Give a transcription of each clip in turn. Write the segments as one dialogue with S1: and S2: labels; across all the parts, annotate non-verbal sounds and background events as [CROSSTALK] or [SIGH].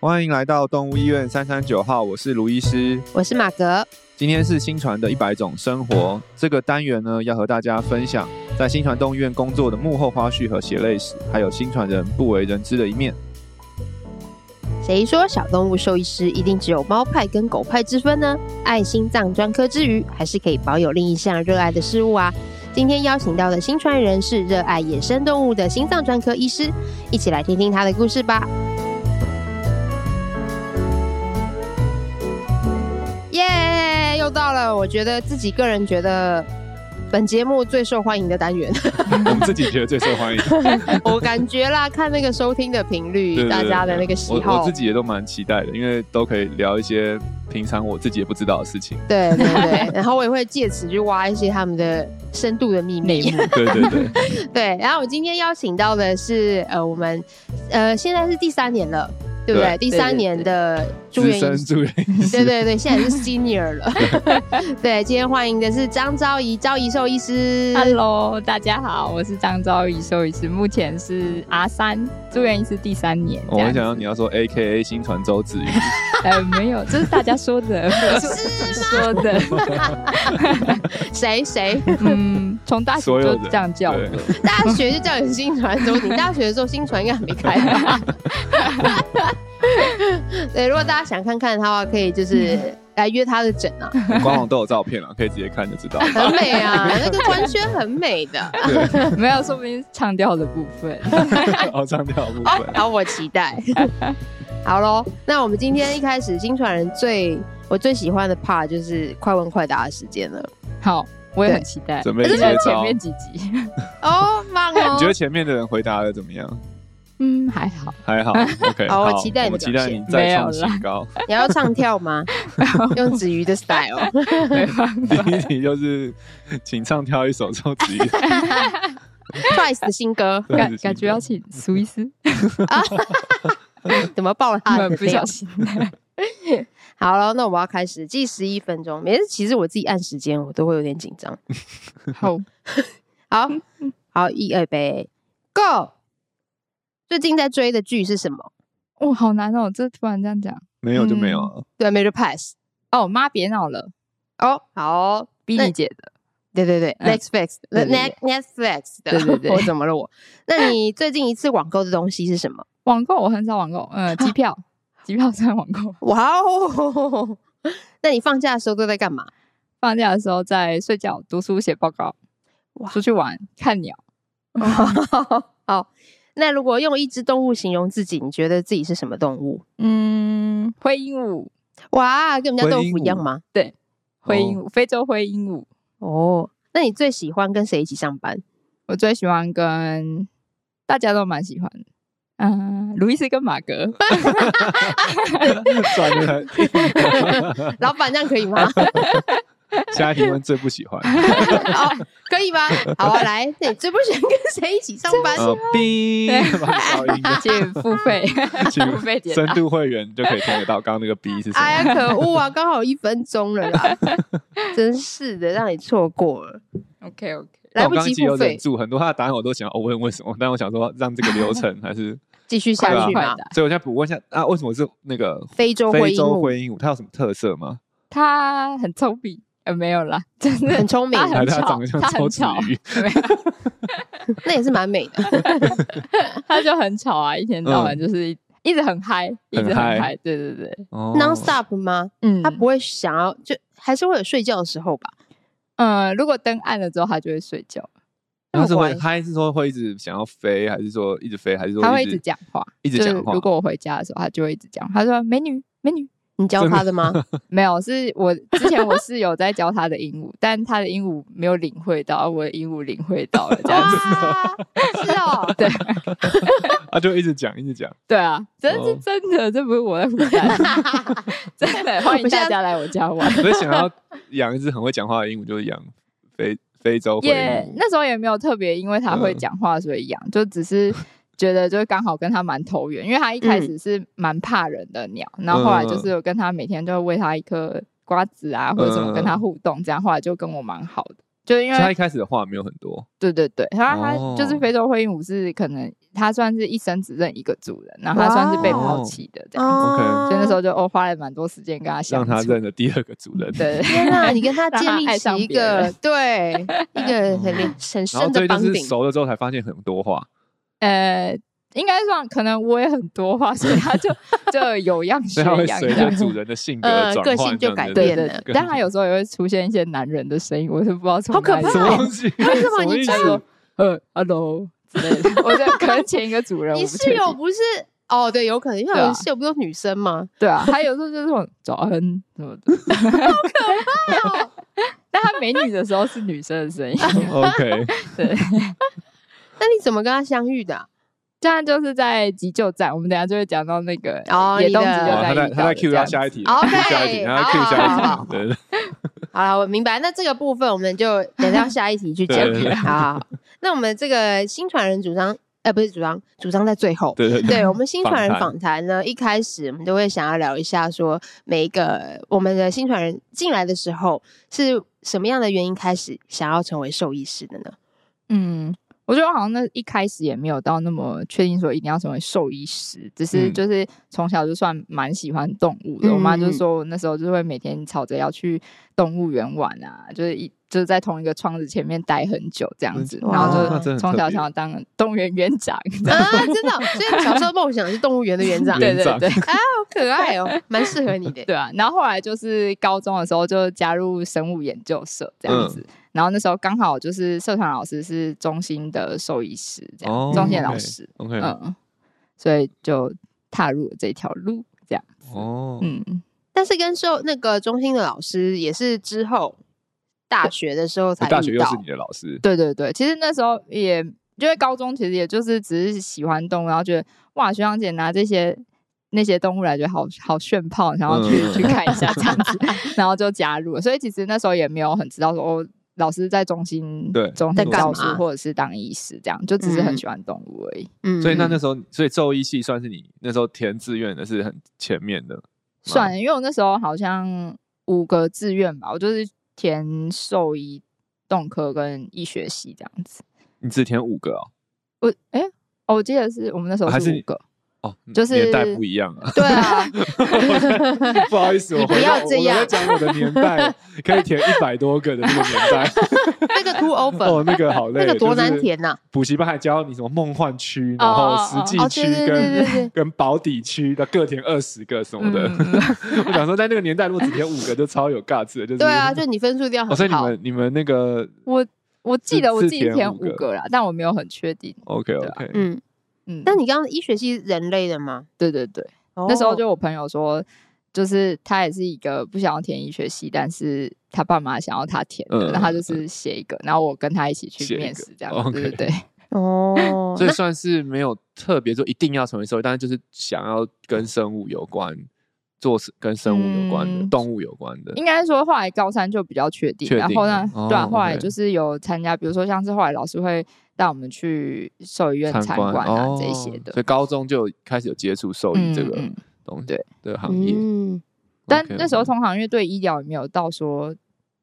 S1: 欢迎来到动物医院三三九号，我是卢医师。
S2: 我是马格。
S1: 今天是新传的一百种生活这个单元呢，要和大家分享在新传动物医院工作的幕后花絮和血泪史，还有新传人不为人知的一
S2: [LAUGHS]
S1: 面。
S2: 谁说小动物兽医师一定只有猫派跟狗派之分呢？爱心脏专科之余，还是可以保有另一项热爱的事物啊。今天邀请到的新传人是热爱野生动物的心脏专科医师，一起来听听他的故事吧。耶、又到了，我觉得自己个人觉得本节目最受欢迎的
S1: [LAUGHS]
S2: 单元。
S1: 我们自己觉得最受
S2: [LAUGHS]
S1: 欢迎，
S2: 我感觉啦，看那个收听的频率，
S1: 对对对
S2: 大家的那个
S1: 我
S2: 喜
S1: 我
S2: 好
S1: 自，己也都蛮期待的，因为都可以聊一些平常我自己也不知道的事情。
S2: 对对 [LAUGHS] 对。然后我也会借此去挖一些他们的深度的秘密。
S1: 对对
S2: [LAUGHS]
S1: 对，
S2: 对，然后我今天邀请到的是呃，我们呃现在是第三年了，对不对？
S1: 对
S2: 第三年的住
S1: 资
S2: 院
S1: 深
S2: 医师。
S1: 住院医师，
S2: 对对对，现在是 senior 了。 [LAUGHS] 对，今天欢迎的是张昭仪，昭仪兽医师。
S3: [LAUGHS] Hello，大家好，我是张昭仪兽医师，目前是 R 三住院医师第三年。
S1: 哦我很
S3: 这
S1: 想
S3: 样
S1: 要你要说 A K A 新传周子瑜，
S3: 呃，没有，这是大家说
S1: [LAUGHS]
S3: 的， [LAUGHS] 不是我说的。
S2: 谁谁？
S3: 嗯，从大学
S1: 所有
S3: 就
S1: 的
S3: 这样叫我。
S1: 对
S2: 大学就叫你新传周， [LAUGHS] 你大学的时候新传应该还没开 [LAUGHS] 吧？对，如果大家想看看的话，可以就是来约他的诊啊，
S1: 官网都有照片了，可以直接看就知道。
S2: [LAUGHS] 很美啊，那个官宣很美的。
S1: 对，
S3: [LAUGHS] 没有，说不定是唱调的部
S1: [LAUGHS]
S3: 分。
S1: 哦，唱跳部
S2: 哦，
S1: 分，
S2: 好，我期待。 [LAUGHS] 好喽，那我们今天一开始新传人最我最喜欢的 part 就是快问快答的时间了。
S3: 好，我也
S2: 对
S3: 很期待。
S1: 准备
S3: 因
S1: 接
S3: 为
S1: 招
S3: 前。面几集， [LAUGHS]
S2: 哦，
S1: [LAUGHS]
S2: 棒
S1: 你觉
S2: 哦
S1: 得！前面的人回答的怎么样？
S3: 嗯，还好。
S1: [LAUGHS] 还
S2: [LAUGHS]
S1: 好，OK
S2: 好我期
S1: 我
S2: 待你的
S1: 们期待你再
S2: 表
S1: 创
S3: 没有啦
S1: 新高。
S2: 你要唱跳吗？用子瑜的 style。
S3: [LAUGHS] 没办法
S1: 第一题就是，请唱跳一首周子瑜
S2: Twice 的新歌，
S1: 对
S3: 感
S1: 是
S3: 感觉要请苏医师，
S2: 怎么爆了他的
S3: 不
S2: 料
S3: 小？心。
S2: 好了，那我要开始计时一分钟。每次其实我自己按时间，我都会有点紧张。
S3: [LAUGHS] 好，
S2: 好，好，一二备，Go！最近在追的剧是什么？
S3: 哇，好难哦，这突然这样讲。
S1: 没有就没有啊。
S2: 对，没就 pass。
S3: 哦，妈别闹了，
S2: 哦，好哦
S3: 比
S2: 那
S3: 你姐的。
S2: 对对对
S3: 嗯
S2: ，Netflix
S3: 对
S2: 的
S3: 对
S2: Net Netflix 的，
S3: 对对
S2: [LAUGHS]
S3: 对
S2: 我怎么了我？那你最近一次网购的东西是什么？
S3: 网购我很少网购，嗯，
S2: [LAUGHS]
S3: 机票，机票算网购。
S2: 哇
S3: [LAUGHS]
S2: 哦！那你放假的时候都在干嘛？
S3: 放假的时候在睡觉、读书、写报告
S2: 哇，
S3: 出去玩、看
S2: [LAUGHS]
S3: 鸟。
S2: 好，那如果用一只动物形容自己，你觉得自己是什么动物？
S3: 嗯，灰鹦鹉，
S2: 哇，跟我们家豆腐一样
S1: 灰鹦鹉
S2: 吗？
S3: 灰鹦鹉，非洲灰鹦鹉。
S2: 哦，那你最喜欢跟谁一起上班？
S3: [LAUGHS] 我最喜欢跟大家都蛮喜欢的，嗯，路易斯跟马格，嗯
S1: [LAUGHS] 算了，
S2: 老板这样可以
S3: [LAUGHS]
S2: 吗？
S1: 下一题问最不喜欢。
S2: 好，哦可以吗？好啊，来，那你最不喜欢跟谁一起上班？
S1: 呃，冰，
S3: 对
S1: 把噪音的
S2: [LAUGHS]
S3: 且付费，
S1: 请
S3: 付费解
S1: 深
S3: 答。
S1: 度会员就可以听得到刚刚那个 B 是什
S2: 哎
S1: 么。
S2: 呀，可恶啊！刚好一分钟了啦，真是的，让你错过了，
S3: OK OK，
S1: 但
S2: 来
S1: 我
S2: 不
S1: 刚刚
S2: 及
S1: 其实有
S2: 付
S1: 忍
S2: 费，
S1: 住很多他的答案，我都想要问为什么，但我想说让这个流程还是，
S2: 继续
S1: 对
S2: 下
S1: 啊
S2: 去
S3: [LAUGHS] 快
S2: 吧
S3: 答。
S1: 所以我现在补问一下啊，为什么是那个
S2: 非洲
S1: 非
S2: 灰鹦
S1: 洲
S2: 鹉
S1: 灰鹦鹉？它有什么特色吗？
S3: 他很聪明，呃，没有啦，真
S2: [LAUGHS]
S3: 的
S2: 很聪明
S3: 他，
S1: 还
S3: 很
S1: 是它
S3: 吵
S1: 长得像，
S3: 他
S1: 周
S3: 很
S1: 子
S3: 吵，
S2: [LAUGHS]
S1: 瑜？
S3: 没有
S2: 那也是蛮美的。
S3: 他就很吵啊，一天到晚就是一一直很嗨，一直
S1: 嗯很
S3: 很
S1: 嗨
S3: 嗨，对对对，
S1: 哦
S2: Non stop 吗？
S3: 嗯
S2: 他不会想要，就还是会有睡觉的时候吧。
S3: 嗯，如果灯暗了之后，它就会睡觉，
S1: 它是
S2: 那我
S1: 会，
S2: 还
S1: 它是说会一直想要飞，还是说一直飞，还是说
S3: 它会一直讲话，
S1: 一直
S3: 就是
S1: 讲话
S3: 如果我回家的时候，它就会一直讲，它说美女美女，
S2: 你教他的
S1: [LAUGHS]
S2: 吗？
S3: 没有，是我之前我室友在教他的鹦鹉，但他的鹦鹉没有领会到，啊我的鹦鹉领会到了，这样子，
S2: 哇，是哦，
S3: 对
S1: 它就一直讲，一直讲。
S3: 对啊，真的
S1: 哦
S3: 是真的，这不是我在胡乱， [LAUGHS] 真的 [LAUGHS] 欢迎大家来我家玩。
S1: 所以想要养一只很会讲话的鹦鹉，就是养非非洲灰鹦
S3: 也、
S1: 鹉。
S3: 那时候也没有特别因为他会
S1: 嗯
S3: 讲话所以养，就
S1: [LAUGHS]
S3: 只是觉得就是刚好跟他蛮投缘，因为他
S1: 嗯
S3: 一开始是蛮怕人的鸟，然后后来就是有跟他每天就会喂他一颗瓜子啊或者什么跟他互动，这样后来就跟我蛮好的，就因
S1: 嗯所以它一
S3: 为
S1: 开始的话没有很多，
S3: 对对对，然后他
S1: 哦
S3: 就是非洲灰鹦鹉是可能它算是一生只认一个主人，然后它算是被抛弃的
S2: [LAUGHS]
S3: 这样子，
S2: 哦
S3: 所以那时候就哦花了蛮多时间跟它相
S1: 让
S3: 处。
S1: 他认了第二个主人。 [LAUGHS]
S3: 对，
S2: 天哪，你跟他
S3: 让
S2: 建
S3: 他
S2: 立
S3: 爱
S2: 起
S3: 上
S2: 一
S3: 别
S2: 个
S3: 人
S2: 对
S1: [LAUGHS]
S2: 一个很连很
S1: 嗯然后
S2: 深的
S1: 对，就
S2: 绑
S1: 是
S2: 定。
S1: 熟了之后才发现很多话，
S3: 呃，应该算可能我也很多话，所以它就就有样
S1: 所
S3: 学
S1: 以他会
S3: 样
S1: 随
S3: 这样
S1: 着。主人的性格
S2: 呃
S1: 转换，
S2: 个性就
S1: 这样
S2: 改
S1: 子
S3: 对
S2: 变
S3: 对
S2: 了
S3: 对
S1: 个，
S3: 但
S1: 性
S3: 它有时候也会出现一些男人的声音，我是不知道从
S2: 好可
S3: 哪里
S2: 怕哦
S1: 什
S3: 来
S1: 么
S3: 的
S1: 东西？
S2: 为什么你
S1: 意思 [LAUGHS]
S2: 这样？
S3: 呃，hello 之类的。我觉得可能前一个主人，
S2: 你
S3: 我不确
S2: 室友
S3: 定。
S2: 不是？哦，对，有可能，因为
S3: 对啊
S2: 我室友不都是女生
S3: [LAUGHS]
S2: 吗？
S3: 对啊，他有时候就是这种早安什么的，啊但他美女的时候是女生的声音。 [LAUGHS]
S1: OK，
S2: [LAUGHS]
S3: 对，
S2: 那你怎么跟他相遇的啊？
S3: 这样就是在急救站，我们等一下就会讲到那个
S2: 哦
S3: 野
S2: 你
S3: 动急
S2: 的
S3: 救
S1: 哇他在
S3: 站遇到的这样子。
S1: 他在 Q 他下一题了
S2: OK，
S1: ，Q 下一题，然后
S2: 好
S1: Q
S2: 好
S1: 下
S2: 好
S1: 一题，对对
S2: 好了，我明白。那这个部分我们就等到下一题去讲
S1: 对 [LAUGHS] 对。对
S2: 好好，好那我们这个新传人主张，呃，不是主张，主张在最后。
S1: 对对对
S2: 对我们新
S1: 访
S2: 传人
S1: 谈
S2: 访谈
S1: [LAUGHS]
S2: 呢，一开始我们都会想要聊一下，说每一个我们的新传人进来的时候是什么样的原因开始想要成为兽医师
S1: [LAUGHS]
S2: 的呢？
S3: 嗯，我觉得我好像那一开始也没有到那么确定说一定要成为兽医师，只是
S1: 嗯
S3: 就是从小就算蛮喜欢动物的。我妈就
S2: 嗯
S3: 说我那时候就会每天吵着要去动物园玩啊，就是一就是在同一个窗子前面待很久这样子，
S2: 哇
S3: 然后
S1: 嗯那真的
S3: 就
S1: 很
S3: 从
S1: 特
S3: 小
S1: 别
S3: 想要当动物园园
S1: [LAUGHS]
S3: 长。
S2: 啊，真的哦、所以你小时候梦想是动物园的
S1: [LAUGHS]
S2: 园长，
S3: 对
S1: 园
S3: 对
S1: 长
S3: 对，
S2: 好可爱哦，蛮适合
S1: [LAUGHS]
S2: 你的。
S3: 对啊，然后后来就是高中的时候就加入生物研究社这样子，
S1: 嗯
S3: 然后那时候刚好就是社团老师是中心的兽医师这样，
S1: 哦
S3: 中心的
S1: OK
S3: 老师，
S1: ，OK，
S3: 嗯，所以就踏入了这条路这样，
S1: 哦，
S3: 嗯，
S2: 但是跟受那个中心的老师也是之后大学的时候才
S1: 哎大学
S2: 遇
S1: 又
S2: 到
S1: 是你的老师，
S3: 对对对，其实那时候也因为高中其实也就是只是喜欢动物，然后觉得哇，学长姐拿这些。那些动物来觉得好好炫炮，然后去、
S1: 嗯
S3: 去看一下这样子，然后就加入了。所以其实那时候也没有很知道说哦，老师在中心
S1: 对
S3: 中
S2: 在
S3: 心
S2: 干
S3: 教
S2: 嘛
S3: 书或者是当医师这样，就只是很喜欢动物而已。
S2: 嗯
S1: 所以那那时候，所以兽医系算是你那时候填志愿的是很前面的，
S3: 算，因为我那时候好像五个志愿吧，我就是填兽医、动科跟医学系这样子。
S1: 你只填五个哦，
S3: 我哎、哦我记得是我们那时候
S1: 啊还
S3: 是
S1: 是
S3: 五个，
S1: 哦，
S3: 就是
S1: 年代不一样
S2: [LAUGHS]
S1: 啊，
S2: 对啊，
S1: 不好意思，
S2: [LAUGHS]
S1: 我
S2: 不
S1: 回到
S2: 要这样
S1: 我在讲我的年代，
S2: [LAUGHS]
S1: 可以填一百多个的那个年代，
S2: 那个 too over，
S1: 哦，那个好累，
S2: 那个多难填呐、
S1: 补习班还教你什么梦幻区，
S3: 哦
S1: 然后实际
S2: 哦，对
S1: 区
S2: 对对
S1: 跟
S2: 对对，
S1: [LAUGHS] 跟保底区的各填二十个什么的
S3: 嗯。嗯嗯
S1: [LAUGHS] 我想说，在那个年代，如果只填五个，就超有尬字的，就是
S2: 对啊，就你分数一定要
S1: 哦，所以
S2: 很
S1: 你
S2: 好。
S3: 嗯
S1: 们你们那个
S3: 我我记得我
S1: 自
S3: 自己是
S1: 填
S3: 填
S1: 五
S3: 五
S1: 个
S3: 个啦，但我没有很确定。
S1: OK
S3: 对啊
S1: OK，
S2: 嗯，
S3: 嗯，
S2: 那你刚刚医学系是人类的吗？
S3: 对对对，
S2: 哦
S3: 那时候就我朋友说，就是他也是一个不想要填医学系，但是他爸妈想要他填的，
S1: 嗯
S3: 然后他就是写一个，然后我跟他一起
S1: 写
S3: 去
S1: 一
S3: 面
S1: 个
S3: 试，这样
S1: ，OK
S3: 对对对， [LAUGHS]
S2: 哦，
S1: 这
S2: 那
S1: 算是没有特别说一定要成为兽医，但是就是想要跟生物有关，做是跟生物有关的、
S3: 嗯
S1: 动物有关的。
S3: 应该说后来高三就比较确定，
S1: 确定
S3: 然后呢
S1: 了，哦
S3: 对啊，后来
S1: OK
S3: 就是有参加，比如说像是后来老师会带我们去兽医院参
S1: 观
S3: 啊、
S1: 哦
S3: 这些的
S1: 所以，高中就开始有接触兽医
S3: 嗯
S1: 这个
S3: 嗯
S1: 东西
S3: 对
S1: 的行业。
S2: 嗯，
S3: 但
S1: OK，嗯
S3: 那时候
S1: OK
S3: 同行因为对医疗也没有到说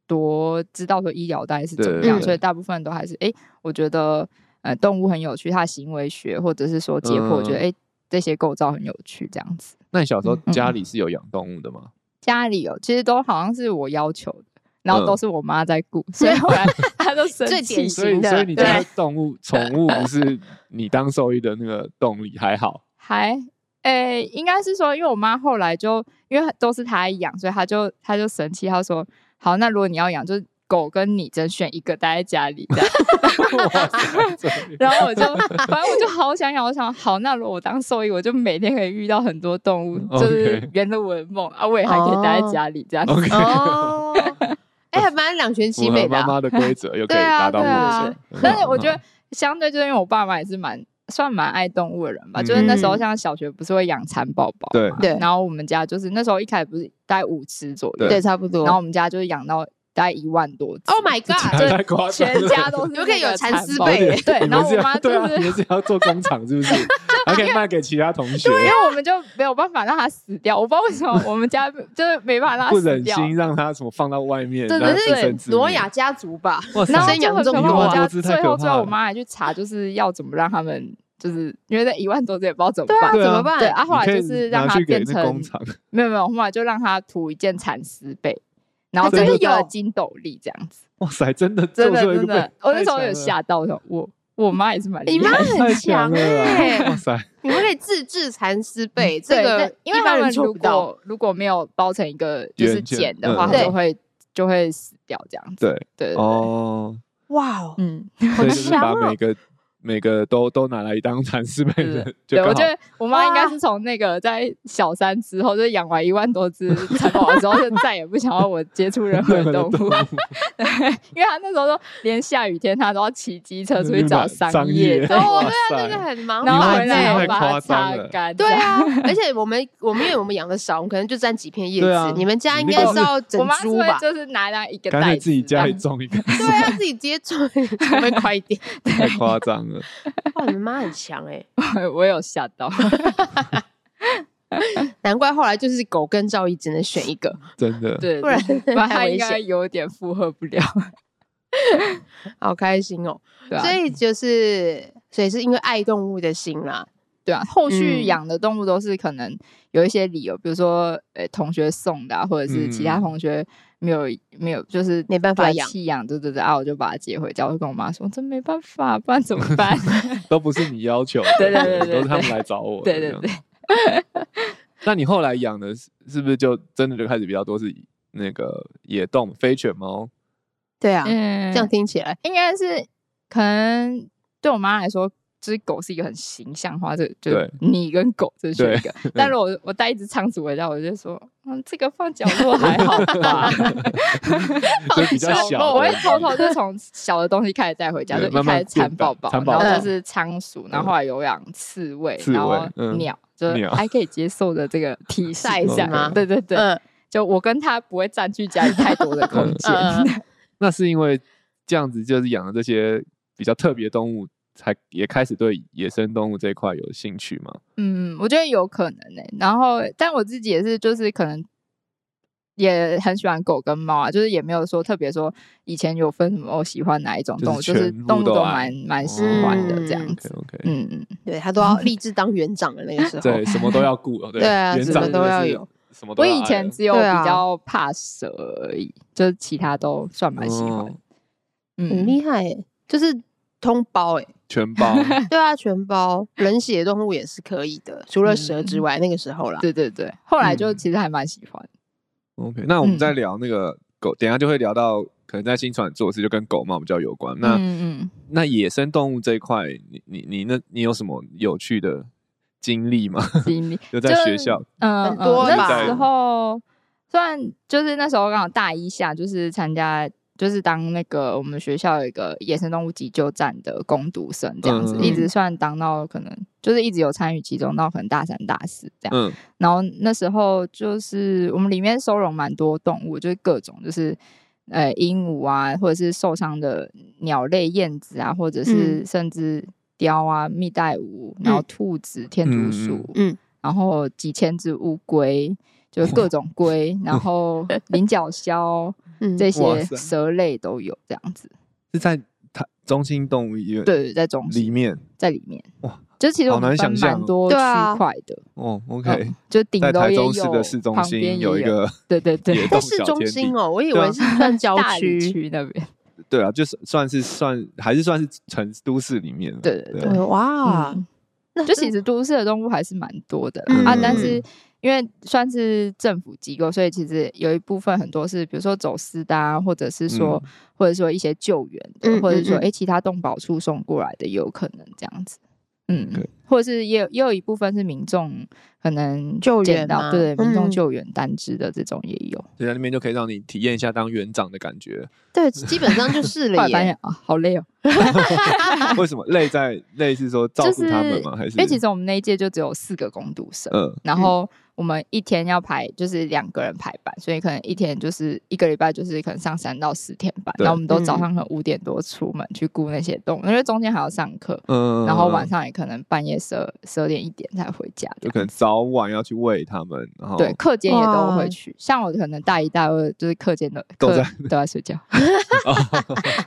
S3: 多知道说医疗大概是怎么
S1: 对
S3: 样，
S2: 对
S3: 所以大部分都还是哎、诶我觉得呃动物很有趣，它的行为学或者是说解剖，我觉得
S1: 嗯
S3: 哎、诶这些构造很有趣，这样子。
S1: 那你小时候
S3: 嗯
S1: 家里是有养动物的吗？
S3: 家里有其实都好像是我要求的，然后
S1: 嗯
S3: 都是我妈在顾，所以后
S1: [LAUGHS]
S3: 来她都生
S2: 最典型
S3: 气。
S1: 所以
S2: 的
S1: 所以你
S2: 对
S1: 家的动物宠物不是你当兽医的那个动力还
S3: [LAUGHS]
S1: 好，
S3: 还诶、应该是说，因为我妈后来就因为都是她养，所以她就她就生气，她说：“好，那如果你要养，就是狗跟你只能选一个待在家里。”
S1: [LAUGHS]
S3: 这样，
S1: 哇塞这
S3: 然后我就反正我就好想养，我想好，那如果我当兽医，我就每天可以遇到很多动物，
S1: OK
S3: 就是圆了我的梦啊，我也还可以待在家里这样子。
S1: OK
S2: 哦， [LAUGHS] 哎、还蛮两全其
S1: 符
S2: 美
S1: 合
S2: 的啊、
S1: 妈妈的规则，
S3: [LAUGHS]
S1: 又可以
S2: 对
S1: 达
S2: 啊
S1: 到目
S2: 对啊
S1: 的。嗯
S3: 但是我觉得，相对就是因为我爸妈也是蛮算蛮爱动物的人吧，
S1: 嗯
S3: 就是那时候像小学不是会养蚕宝宝，
S1: 对
S2: 对
S3: 然后我们家就是那时候一开始不是大概五只左右，
S1: 对
S2: 对，差不多。
S3: 然后我们家就是养到大概一万多只
S2: Oh my god！
S1: 还 [LAUGHS] 太夸张
S3: 全
S1: 了，
S3: 家都是
S2: 有可以有
S3: 那个
S2: 蚕丝
S3: 宝
S2: 被
S3: 宝
S2: 耶
S1: 你
S3: 对，然
S1: 们
S3: 后
S1: 是
S3: 我
S1: 要
S3: 妈就
S1: 对啊，你
S3: 是。
S1: 们是要做工厂是不
S3: [LAUGHS]
S1: 是？还可以卖给其他同学，
S3: 因为我们就没有办法让它死掉，我不知道为什么我们家就是没办法让它
S1: 不
S3: 死
S1: 忍
S3: 掉，
S1: 心让它什么放到外面，
S3: 对
S1: 让它
S3: 对
S1: 自生
S2: 是
S1: 自
S2: 挪
S1: 灭
S2: 亚家族吧？
S1: 哇塞
S3: 然后
S2: 生
S3: 就
S2: 养
S3: 很
S2: 众
S3: 可怕。
S1: 多
S3: 我
S1: 啊
S3: 家
S1: 这太
S3: 最后
S1: 可
S3: 最
S1: 怕
S3: 后，我
S1: 了
S3: 妈还去查，就是要怎么让他们就是因为那一万多只也不知道怎么
S2: 对啊，
S3: 办。
S2: 怎
S1: 对啊
S2: 么办？
S3: 对啊，后来
S1: 你可
S3: 就
S1: 以
S3: 是让
S1: 拿
S3: 它
S1: 去给
S3: 变
S1: 那
S3: 成
S1: 工厂，
S3: 没有没有，后来就让它涂一件蚕丝被，然后
S1: 哎
S2: 还真
S3: 整
S2: 的
S3: 个
S2: 有
S3: 金斗笠这样子，
S1: 哇塞，真的
S3: 真
S1: 做
S3: 的
S1: 出了一
S3: 真
S1: 个
S3: 的
S1: 被，
S3: 我那时候
S1: 太强
S3: 有
S1: 了
S3: 吓到，我想我我妈也是蛮
S2: 你
S3: 厉
S2: 妈
S3: 害的。欸
S2: 很
S1: 太
S2: 强
S1: 强了
S2: 哎、
S1: 啊，哇塞，
S2: 你们可以自制蚕丝被，这
S3: 嗯对，
S2: 个
S3: 但因为
S2: 一般
S3: 他
S2: 人
S3: 们
S2: 做
S3: 如
S2: 不到。
S3: 果如果没有包成一个就是
S1: 圆圈
S3: 茧的话，
S1: 嗯
S3: 它
S2: 对
S3: 就会就会死掉这样子。
S1: 对，
S3: 对，对
S1: 哦，
S2: 哇哦，
S3: 嗯，
S1: 所以就是
S2: 强
S1: 把
S2: 哦
S1: 每个每个都都拿来当蚕丝被
S3: 对
S1: 的，就
S3: 对，我
S1: 刚
S3: 觉
S1: 好
S3: 得我妈应该
S2: 哇
S3: 是从那个在小三之后，就是养完一万多只蚕宝宝之后，就再也不想要我接触任何
S1: 任何的
S3: 动物，对，因为她那时候都连下雨天她都要骑机车
S1: 嗯
S3: 出去找桑叶，
S1: 叶，
S3: 对，啊
S2: 哦
S1: 哇
S2: 那个
S1: 塞，
S2: 很哎忙
S3: 然后
S1: 哇
S3: 回来
S1: 这
S3: 还
S1: 也
S3: 要
S1: 太
S3: 把它
S1: 夸张
S3: 擦
S1: 了
S3: 干，
S2: [LAUGHS] 对，啊，而且我们我们因为我们养的少，我们可能就沾几片叶子。
S1: 对啊
S2: 你们家应
S1: 你
S2: 该
S1: 那个
S2: 是要整
S3: 我妈是
S2: 株吧
S3: 会？就是拿那一个
S1: 干
S3: 袋
S1: 脆
S3: 子
S1: 自己
S3: 这样
S1: 家里种一个，
S2: 对啊，自己接种才会快一点。
S1: 太夸张了。
S2: 哇，你们妈很强哎、
S3: 我有吓到，
S2: 难怪后来就是狗跟赵一只能选一 [LAUGHS] 个，
S1: 真的，
S3: [LAUGHS] 对，
S2: 不然
S3: 不然
S2: 太
S3: 她
S2: 危
S3: 应该
S2: 险。
S3: 有点负荷 [LAUGHS] 不了，
S2: 好开心哦！
S3: 对啊
S2: 所以就是，所以是因为爱动物的心啦。
S3: 对啊，后
S2: 嗯
S3: 续养的动物都是可能有一些理由，比如说呃同学送的、啊，或者是其他
S1: 嗯
S3: 同学没有没有就是
S2: 没办法
S3: 把
S2: 养
S3: 弃养，对对对啊，我就把它接回家，我就跟我妈说，这没办法，不然怎么 [LAUGHS] 办？
S1: 都不是你要求的，
S3: 对对对对对
S1: 都是他们来找我的。
S3: 对对
S1: 这样
S3: 对，
S1: 那你后来养的是是不是就真的就开始比较多是那个野动非犬猫？
S2: 对啊，
S3: 嗯，
S2: 这样听起来，
S3: 应该是可能对我妈来说，就是狗是一个很形象化，这就
S1: 对
S3: 你跟狗这选
S1: 对
S3: 一
S1: [LAUGHS]
S3: 个。但如果我我带一只仓鼠回家，我就说，嗯，这个放角落还好吧，
S1: [LAUGHS] 就比较小的
S3: 我会偷偷就从小的东西开始带回家，就
S1: 对
S3: 一开始蚕宝宝，
S1: 慢慢变大蚕宝嗯
S2: 宝
S3: 然后就是仓鼠，然后后来有养刺猬，
S1: 刺猬
S3: 然后
S1: 嗯
S3: 鸟，就是
S1: 鸟
S3: 还可以接受的这个体型
S2: Size
S3: 这样
S2: 吗
S3: 对对对，
S2: 嗯
S3: 就我跟它不会占据家里太多的空间。
S2: 嗯，
S1: 那是因为这样子就是养了这些比较特别动物，才也开始对野生动物这一块有兴趣嘛？
S3: 嗯，我觉得有可能呢、然后，但我自己也是，就是可能也很喜欢狗跟猫啊，就是也没有说特别说以前有分什么我喜欢哪一种
S1: 就是
S3: 动物，就是
S1: 全部
S3: 动物
S1: 都
S3: 都
S1: 爱嗯
S3: 蛮蛮喜欢的这样
S1: OK
S3: 子。
S1: OK，
S3: 嗯嗯，
S2: 对他都要立志当园长的那个时候，
S1: 对，什么都要顾哦，对
S2: 对啊
S1: 园
S2: 什
S1: 长
S2: 么
S1: 真
S2: 都
S1: 的
S2: 要
S1: 是
S2: 有，
S1: 什么都
S3: 我
S1: 要
S3: 以
S1: 爱
S3: 前
S1: 了
S3: 只有
S2: 对啊
S3: 比较怕蛇而已，就是其他都算蛮喜欢
S1: 哦。
S2: 很
S3: 嗯，
S2: 厉害耶，就是通包哎，
S1: 全包，
S2: 对啊，全包，冷血动物也是可以的，除了蛇之外，那个时候啦，
S3: 对对对，后来就
S1: 嗯
S3: 其实还蛮喜欢。
S1: OK，那我们
S3: 嗯
S1: 再聊那个狗，等一下就会聊到可能在新传做的事就跟狗嘛比较有关。那、
S3: 嗯嗯，
S1: 那野生动物这一块，你你你那你有什么有趣的经历吗？ [LAUGHS]
S3: 经历
S1: 就在学校，
S3: 嗯，
S2: 很多
S3: 嗯、
S1: 吧
S3: 那时候虽然就是那时候刚好大一下，就是参加。就是当那个我们学校有一个野生动物急救站的攻读生这样子，
S1: 嗯
S3: 一直算当到可能就是一直有参与其中，到可能大三大四这样。
S1: 嗯，
S3: 然后那时候就是我们里面收容蛮多动物，就是各种就是呃鹦鹉啊，或者是受伤的鸟类、燕子啊，或者
S2: 嗯
S3: 是甚至雕啊、蜜袋鼯，然后兔子、天竺鼠，
S2: 嗯嗯
S3: 然后几千只乌龟，就各种龟，然
S2: [LAUGHS]
S3: 后菱角鸮
S2: 嗯，
S3: 这
S1: 哇
S3: 些
S1: 塞
S3: 蛇类都有这样子。
S1: 是在它中心动物医院
S3: 对对，在中
S1: 里
S3: 心，
S1: 面
S3: 在里面
S1: 哇，
S3: 就其实
S1: 好
S3: 我们
S1: 难
S3: 分
S1: 想象
S3: 蛮
S1: 哦
S3: 多区
S2: 对啊
S3: 块的，
S1: 哦。OK，、
S3: 嗯，就顶
S1: 在
S3: 楼
S1: 台
S3: 也有，
S1: 中市的市中
S3: 旁边
S1: 心
S3: 也有
S1: 一个，
S3: 对对
S1: [LAUGHS]
S3: 对，
S1: 野
S2: 在
S1: 动
S3: [LAUGHS]
S2: 市
S1: 小
S2: 中
S1: 天
S2: 心
S1: 地
S2: 哦，我以
S1: 对
S2: 为
S1: 啊
S2: 是 [LAUGHS] 算郊
S3: 大理
S2: 区。
S3: 区那
S2: [LAUGHS]
S3: 边，
S1: 对啊，就是算是算还是算是成都市里面了。
S3: 对对
S1: 对啊
S2: 对，哇，
S3: 嗯
S2: 那
S3: 就其实都市的动物还是蛮多的啦、
S2: 嗯
S3: 啊，但是因为算是政府机构，所以其实有一部分很多是，比如说走私的、啊，或者是说，或者说一些救援的，
S2: 嗯
S3: 或者说
S2: 嗯
S3: 哎、诶其他动保处送过来的也有可能这样子，嗯，
S1: OK
S3: 或者是也有也有一部分是民众可能
S2: 救
S3: 捡
S2: 援
S3: 到
S2: 吗
S3: 对民众
S2: 嗯
S3: 救援单只的这种也有，
S1: 所以在那边就可以让你体验一下当园长的感觉。
S2: [LAUGHS]
S1: [LAUGHS]
S2: 对，基本上就是
S3: 后
S2: 了
S3: 来发
S2: 耶。
S3: 现啊好累哦，
S1: 为什么累在累是说照
S3: 就是
S1: 顾他们吗？还是
S3: 因为其实我们那一届就只有四个工读生，
S1: 嗯
S3: 然后我们一天要排就是两个人排班，所以可能一天就是一个礼拜就是可能上三到四天班，
S1: 对嗯
S3: 然后我们都早上可能五点多出门去顾那些动物，因为中间还要上课，
S1: 嗯，
S3: 然后晚
S1: 上。
S3: 上也可能半夜十二十二点一点才回家
S1: 嗯就
S3: 这样。
S1: 可能早晚要去喂它们，然后
S3: 对，课间也都
S2: 哇
S3: 会去，像我可能大一、大二就是课间都
S1: 都
S3: 课
S1: 在
S3: 都在睡觉， [LAUGHS]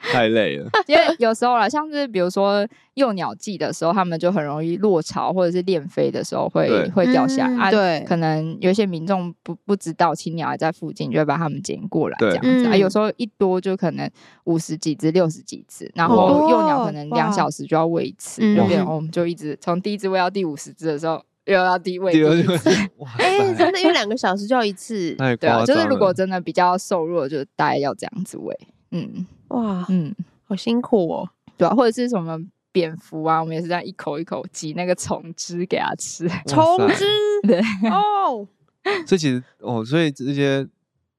S1: 太累了。
S3: 因为有时候啦，像是比如说幼鸟季的时候，它们就很容易落巢，或者是练飞的时候
S1: 对
S3: 会会掉下来。
S2: 嗯
S3: 啊
S2: 对
S3: 可能有一些民众不不知道青鸟还在附近，就会把它们捡过来
S1: 对
S3: 这样子。啊，
S2: 嗯
S3: 有时候一多就可能五十几只、六十几只，然
S1: 好
S3: 后
S2: 多
S3: 幼鸟可能
S2: 哇
S3: 两小时就要喂一次，
S2: 嗯
S3: 就变哦成我们就一直从第一只喂到第五十只的时候， [LAUGHS] 又要第喂
S1: 第二
S3: 第一只
S1: [LAUGHS] 哇
S2: 哎，
S1: 塞，
S2: 真的有两个小时就要一次，
S1: 太
S3: 对
S1: 夸
S3: 啊，
S1: 张
S3: 就是如果
S1: 了
S3: 真的比较瘦弱，就大概要这样子喂。嗯
S2: 哇，
S3: 嗯，
S2: 好辛苦哦。
S3: 对啊，或者是什么蝙蝠啊，我们也是这样一口一口挤那个虫汁给它吃。 [LAUGHS]
S1: 哇
S2: 虫
S1: 塞
S2: 汁
S3: 对 [LAUGHS]
S2: 哦，
S1: 所以其实哦，所以这些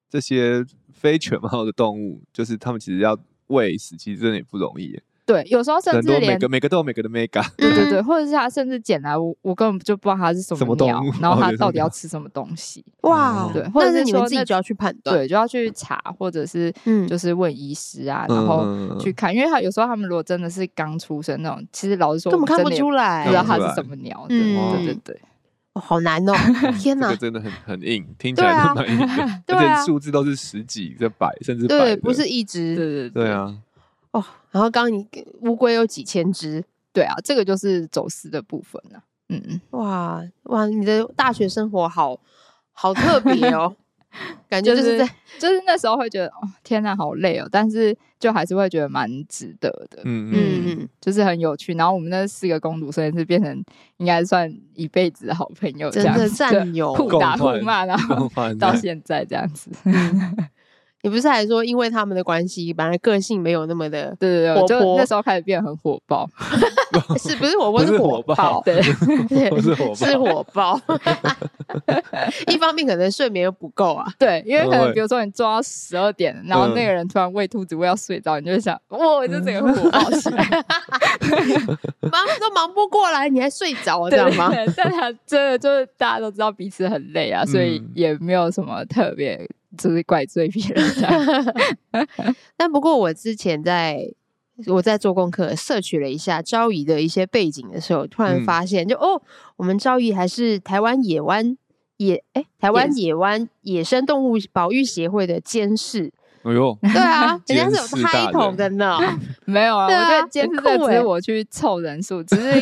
S1: 这些非犬猫的动物，就是它们其实要喂食，其实真的也不容易耶，
S3: 对，有时候甚
S1: 很
S3: 至
S1: 多每
S3: 连
S1: 个每个都有每个的
S2: [LAUGHS]
S1: mega，
S3: 对
S2: 嗯
S3: 对对，或者是它甚至捡来，我我根本就不知道它是什
S1: 什么
S3: 么
S1: 动
S3: 鸟
S1: 物，
S3: 然后
S1: 哦
S3: 它
S1: 有
S3: 到
S1: 这
S3: 底
S1: 种
S3: 要吃什么东西，
S2: 哇，
S3: 嗯对或者
S2: 但是
S3: 是
S2: 你们
S3: 说
S2: 自己
S3: 那
S2: 就要去判断，
S3: 对，就要去查，或者是
S2: 嗯
S3: 就是问医师啊，然后
S1: 嗯
S3: 去看，因为它有时候他们如果真的是刚出生那种，其实老实说，
S2: 根本看不
S3: 真的也
S2: 出来，
S3: 不知道它
S1: 看不出来
S3: 是什么鸟，对
S2: 嗯
S3: 对对对，
S2: 哦好难
S3: [LAUGHS]
S2: 哦，
S1: 这
S2: 天哪
S1: 个！真的很很硬，听起
S2: 对
S1: 来
S2: 啊
S1: 都蛮硬
S2: [LAUGHS]
S1: 的，
S2: 对
S1: 而
S2: 啊
S1: 且数字都是十几、这百甚至百
S2: 对，
S1: 的，
S2: 不是一
S3: 对
S2: 只
S3: 对
S1: 对。啊，
S2: 哦。然后刚刚你乌龟有几千只，
S3: 对啊，这个就是走私的部分了、嗯嗯，
S2: 哇哇，你的大学生活好好特别哦， [LAUGHS] 感觉
S3: 就
S2: 就是
S3: 是
S2: 在
S3: 就是那时候会觉得，哦，天哪，好累哦，但是就还是会觉得蛮值得的，
S1: 嗯嗯，
S2: 嗯嗯
S3: 就是很有趣。然后我们那四个公主甚至是变成应该算一辈子的好朋友，呃这
S2: 真
S3: 样
S2: 的
S3: 子
S2: 战友
S3: 对互打
S1: 哦共患
S3: 互骂，
S2: 嗯
S3: 然
S1: 然后
S3: 后
S1: 放
S3: [LAUGHS] 到
S1: 在
S3: 现在这样子。 [LAUGHS]
S2: 你不是还说因为他们的关系，本来个性没有那么
S3: [LAUGHS]
S2: 的，
S3: 对对
S2: 活
S3: 对，就
S2: 泼
S3: 那时候开始变得很火爆，
S2: 是不是我
S1: 不
S2: 不
S1: 是
S2: 是
S1: 火
S2: 火
S1: 爆
S2: 爆，
S3: 对
S1: [LAUGHS]
S2: 对
S1: 不是火
S2: 是
S1: 爆
S2: 火爆。一方面可能睡眠又不够啊，
S3: 对，因为
S1: 嗯
S3: 可
S1: 会嗯
S3: 能比如说你做到十二点，然后那个人突然喂兔子喂到睡着，你就会想，哇，这整个
S1: 嗯
S3: 会火
S1: [LAUGHS]
S3: 爆起来。
S2: 忙都忙不过来，你还睡着
S3: [LAUGHS]
S2: 这
S3: 对
S2: 样吗？
S3: 对对但他真的就是大家都知道彼此很累啊，所以
S1: 嗯
S3: 也没有什么特别就是怪罪别人这样。 [LAUGHS]
S2: 但不过我之前在我在做功课，摄取了一下昭仪的一些背景的时候，突然
S1: 嗯
S2: 发现，就哦，我们昭仪还是台湾野湾野哎、台湾野湾野生动物保育协会的监事，
S1: 哎呦，
S2: [LAUGHS] 对
S3: [LAUGHS]
S2: 啊，人
S1: 监
S2: 家是
S1: 事
S2: 有
S1: 大
S2: title
S1: 人
S2: 的呢。 [LAUGHS]
S3: 没有啊，
S2: 对啊
S3: 我觉得今天
S2: 很
S3: 这
S2: 酷
S3: 个只是
S2: 欸
S3: 我去凑人数，只是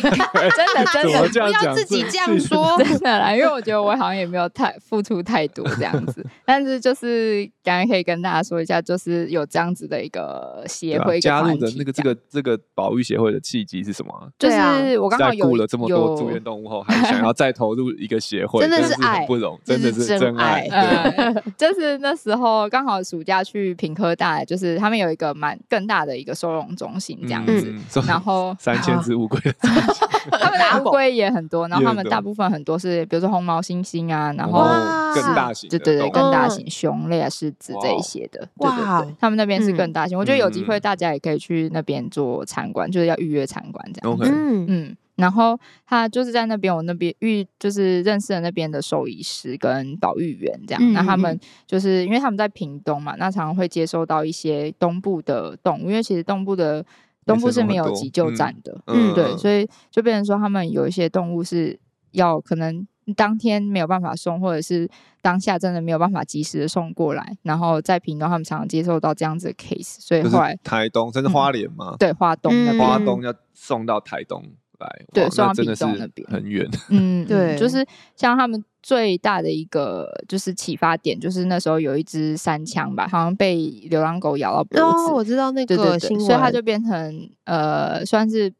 S3: [LAUGHS] 真的真
S1: 怎么
S3: 的
S1: 这样
S2: 不要
S1: 讲
S2: 自己
S1: 是
S2: 这样说， [LAUGHS]
S3: 真的啦，因为我觉得我好像也没有太付出太多这样
S1: [LAUGHS]
S3: 子，但是就是刚刚可以跟大家说一下，就是有这样子的一个协
S1: 对啊
S3: 会、一
S1: 加入
S3: 团
S1: 的
S3: 体
S1: 那个
S3: 这
S1: 这
S3: 样。
S1: 个这个保育协会的契机是什么啊？
S3: 就
S2: 对啊
S3: 是我刚好
S1: 在
S3: 有
S1: 雇了这么多住院
S3: 有
S1: 动物后，还想要再投入一个协
S3: [LAUGHS]
S1: 会，
S2: 真的
S1: 是
S2: 是爱
S1: 很不容，
S2: 这
S1: 真的
S2: 是
S1: 是
S2: 真
S1: 真爱。
S2: 爱
S1: 对啊
S3: 呃， [LAUGHS] 就是那时候刚好暑假去平科大，就是他们有一个蛮更大的一个收容中心这样子，
S1: 嗯，嗯
S3: 然
S1: [LAUGHS]
S3: 后
S1: 三千只乌龟，
S3: 他们的乌龟也很多，然后他
S1: 也很
S3: 们
S1: 多
S3: 大部分很多是比如说红毛猩猩啊，然后
S2: 哇
S1: 更大型
S3: 对
S1: 的
S3: 对对，嗯
S1: 动物，
S3: 更大型熊类啊、狮子这一些的，对
S2: 哇
S3: 对对，他们那边是
S2: 嗯
S3: 更大型。我觉得有机
S1: 嗯
S3: 会大家也可以去那边做参观，就是要预约参观这样。
S1: OK
S2: 嗯
S3: 嗯，然后他就是在那边，我那边遇就是认识了那边的兽医师跟保育员这样。
S2: 嗯
S3: 那他
S2: 嗯
S3: 们就是因为他们在屏东嘛，那常常会接收到一些东部的动物，因为其实东部的东部是没有急救站的，
S2: 嗯
S3: 对，
S1: 以
S3: 所以就变成说他们有一些动物是要可能当天没有办法送，或者是当下真的没有办法及时的送过来，然后在屏东他们常常接受到这样子的 case，所以
S1: 就是
S3: 后来嗯
S1: 台东，甚至花莲嘛，
S3: 对花东那
S2: 嗯
S3: 边，
S1: 花东要送到台东来，
S3: 对
S1: 哇
S3: 送
S1: 那
S3: 到
S1: 真的
S3: 屏
S1: 是
S3: 东那边
S1: 很远，
S3: 嗯，嗯
S2: 对
S3: 就是像他们最大的一个就是启发点，就是那时候有一只三枪吧，好像被流浪狗咬到脖
S2: 哦，
S3: 子，
S2: 我知道那
S3: 对对
S2: 个
S3: 对
S2: 新，闻，嗯
S3: 所以它就变成呃，算是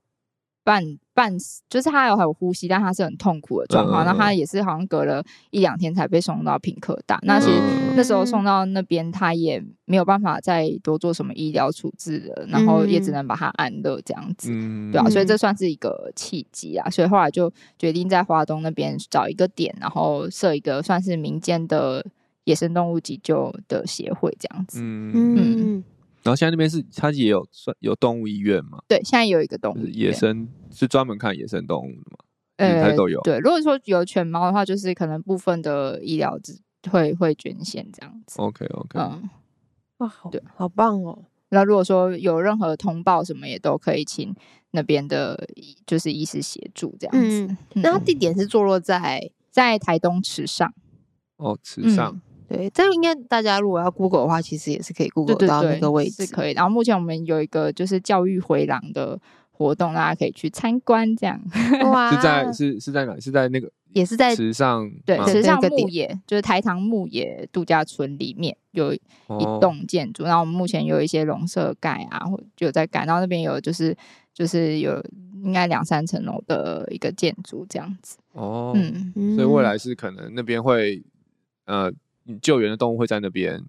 S3: 半半，就是它有还有呼吸，但它是很痛苦的状
S1: 嗯嗯
S3: 况。那、
S1: 嗯
S3: 它也是好像隔了一两天才被送到品科大。那其实
S1: 嗯
S3: 那时候送到那边，它也没有办法再多做什么医疗处置了，然后也只
S2: 嗯
S3: 能把它安乐这样子。
S1: 嗯，
S3: 对啊，所以
S2: 嗯
S3: 这算是一个契机啊，所以后来就决定在华东那边找一个点，然后设一个算是民间的野生动物急救的协会这样子。
S1: 嗯，
S2: 嗯，
S1: 然后现在那边是它也有算有动物医院嘛，
S3: 对，现在有一个动
S1: 就
S3: 物
S1: 是野
S3: 园
S1: 生是专门看野生动物的嘛，嗯它
S3: 呃，
S1: 都有
S3: 对，如果说有犬猫的话，就是可能部分的医疗只会会捐献这样子。
S1: ，OK 哦 OK，
S3: 嗯，
S2: 哇，好
S3: 对
S2: 好棒哦，
S3: 那如果说有任何通报什么，也都可以请那边的医，就是医师协助这样子。
S2: 嗯
S3: 嗯
S2: 那它地点是坐落在
S3: 在台东池上，
S1: 哦，池上
S3: 嗯
S2: 对，这应该大家如果要 Google 的话，其实也是可以
S3: 对
S2: Google
S3: 对
S2: 到那
S3: 对，
S2: 个位
S3: 是
S2: 置。
S3: 可以。然后目前我们有一个就是教育回廊的活动，大家可以去参观，这样 [LAUGHS]
S2: 哇，
S1: 是
S3: 啊
S1: 在是是在哪？是在那个
S2: 也是在
S1: 池上
S3: 哎对
S1: 吗，
S3: 池上
S2: 这个
S3: 牧
S2: 点
S3: 野就是台糖牧野度假村里面有一
S1: 哦
S3: 栋建筑，然后我们目前有一些笼舍盖啊，或有在盖，然后那边有就是就是有应该两三层楼的一个建筑这样子，
S1: 哦，
S3: 嗯，
S1: 所以未
S2: 嗯
S1: 来是可能那边会呃救援的动物会在那边。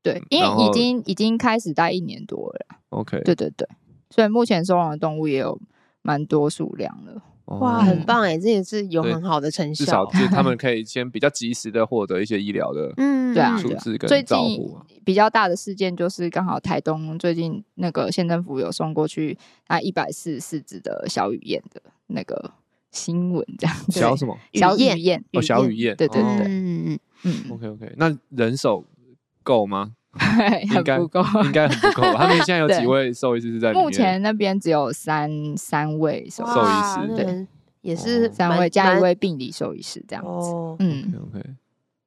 S3: 对，因
S1: 嗯然
S3: 为
S1: 后
S3: 已经已经开始待一年多了啦，
S1: OK，
S3: 对对对，所以目前收容的动物也有蛮多数量了。
S1: 哦
S2: 哇，
S3: 嗯
S2: 很棒哎，这也是有
S1: 对
S2: 很好的成
S1: 至少
S2: 效。
S1: 就是他
S3: [LAUGHS]
S1: 们可以先比较及时的获得一些医疗的
S2: 嗯，
S3: 对啊
S1: 处
S3: 对
S1: 置
S3: 最
S1: 跟
S3: 近
S1: 照顾啊。
S3: 比较大的事件就是刚好台东最近那个县政府有送过去啊一百四十四只的小雨燕的那个新闻，这样子。
S1: 小什么
S2: 雨
S3: 小雨
S2: 燕
S3: 燕
S1: 哦小雨燕
S3: 对对
S1: 哦
S3: 对，
S2: 嗯，
S3: 嗯，
S1: ？OK OK，那人手够吗？应
S3: [LAUGHS] 很
S1: 该
S3: 不够。
S1: 应该很不够吧。他们现在有几
S3: 对
S1: 位兽医师是在里面？
S3: 目前那边只有三三位兽
S1: 兽医
S3: 医
S2: 哇
S1: 师
S2: 那
S3: 对
S2: 很也是
S1: 哦
S3: 师，三
S2: 蛮
S3: 位加一
S2: 蛮
S3: 位病理兽医师这样子。
S2: 哦，
S3: 嗯，
S1: OK，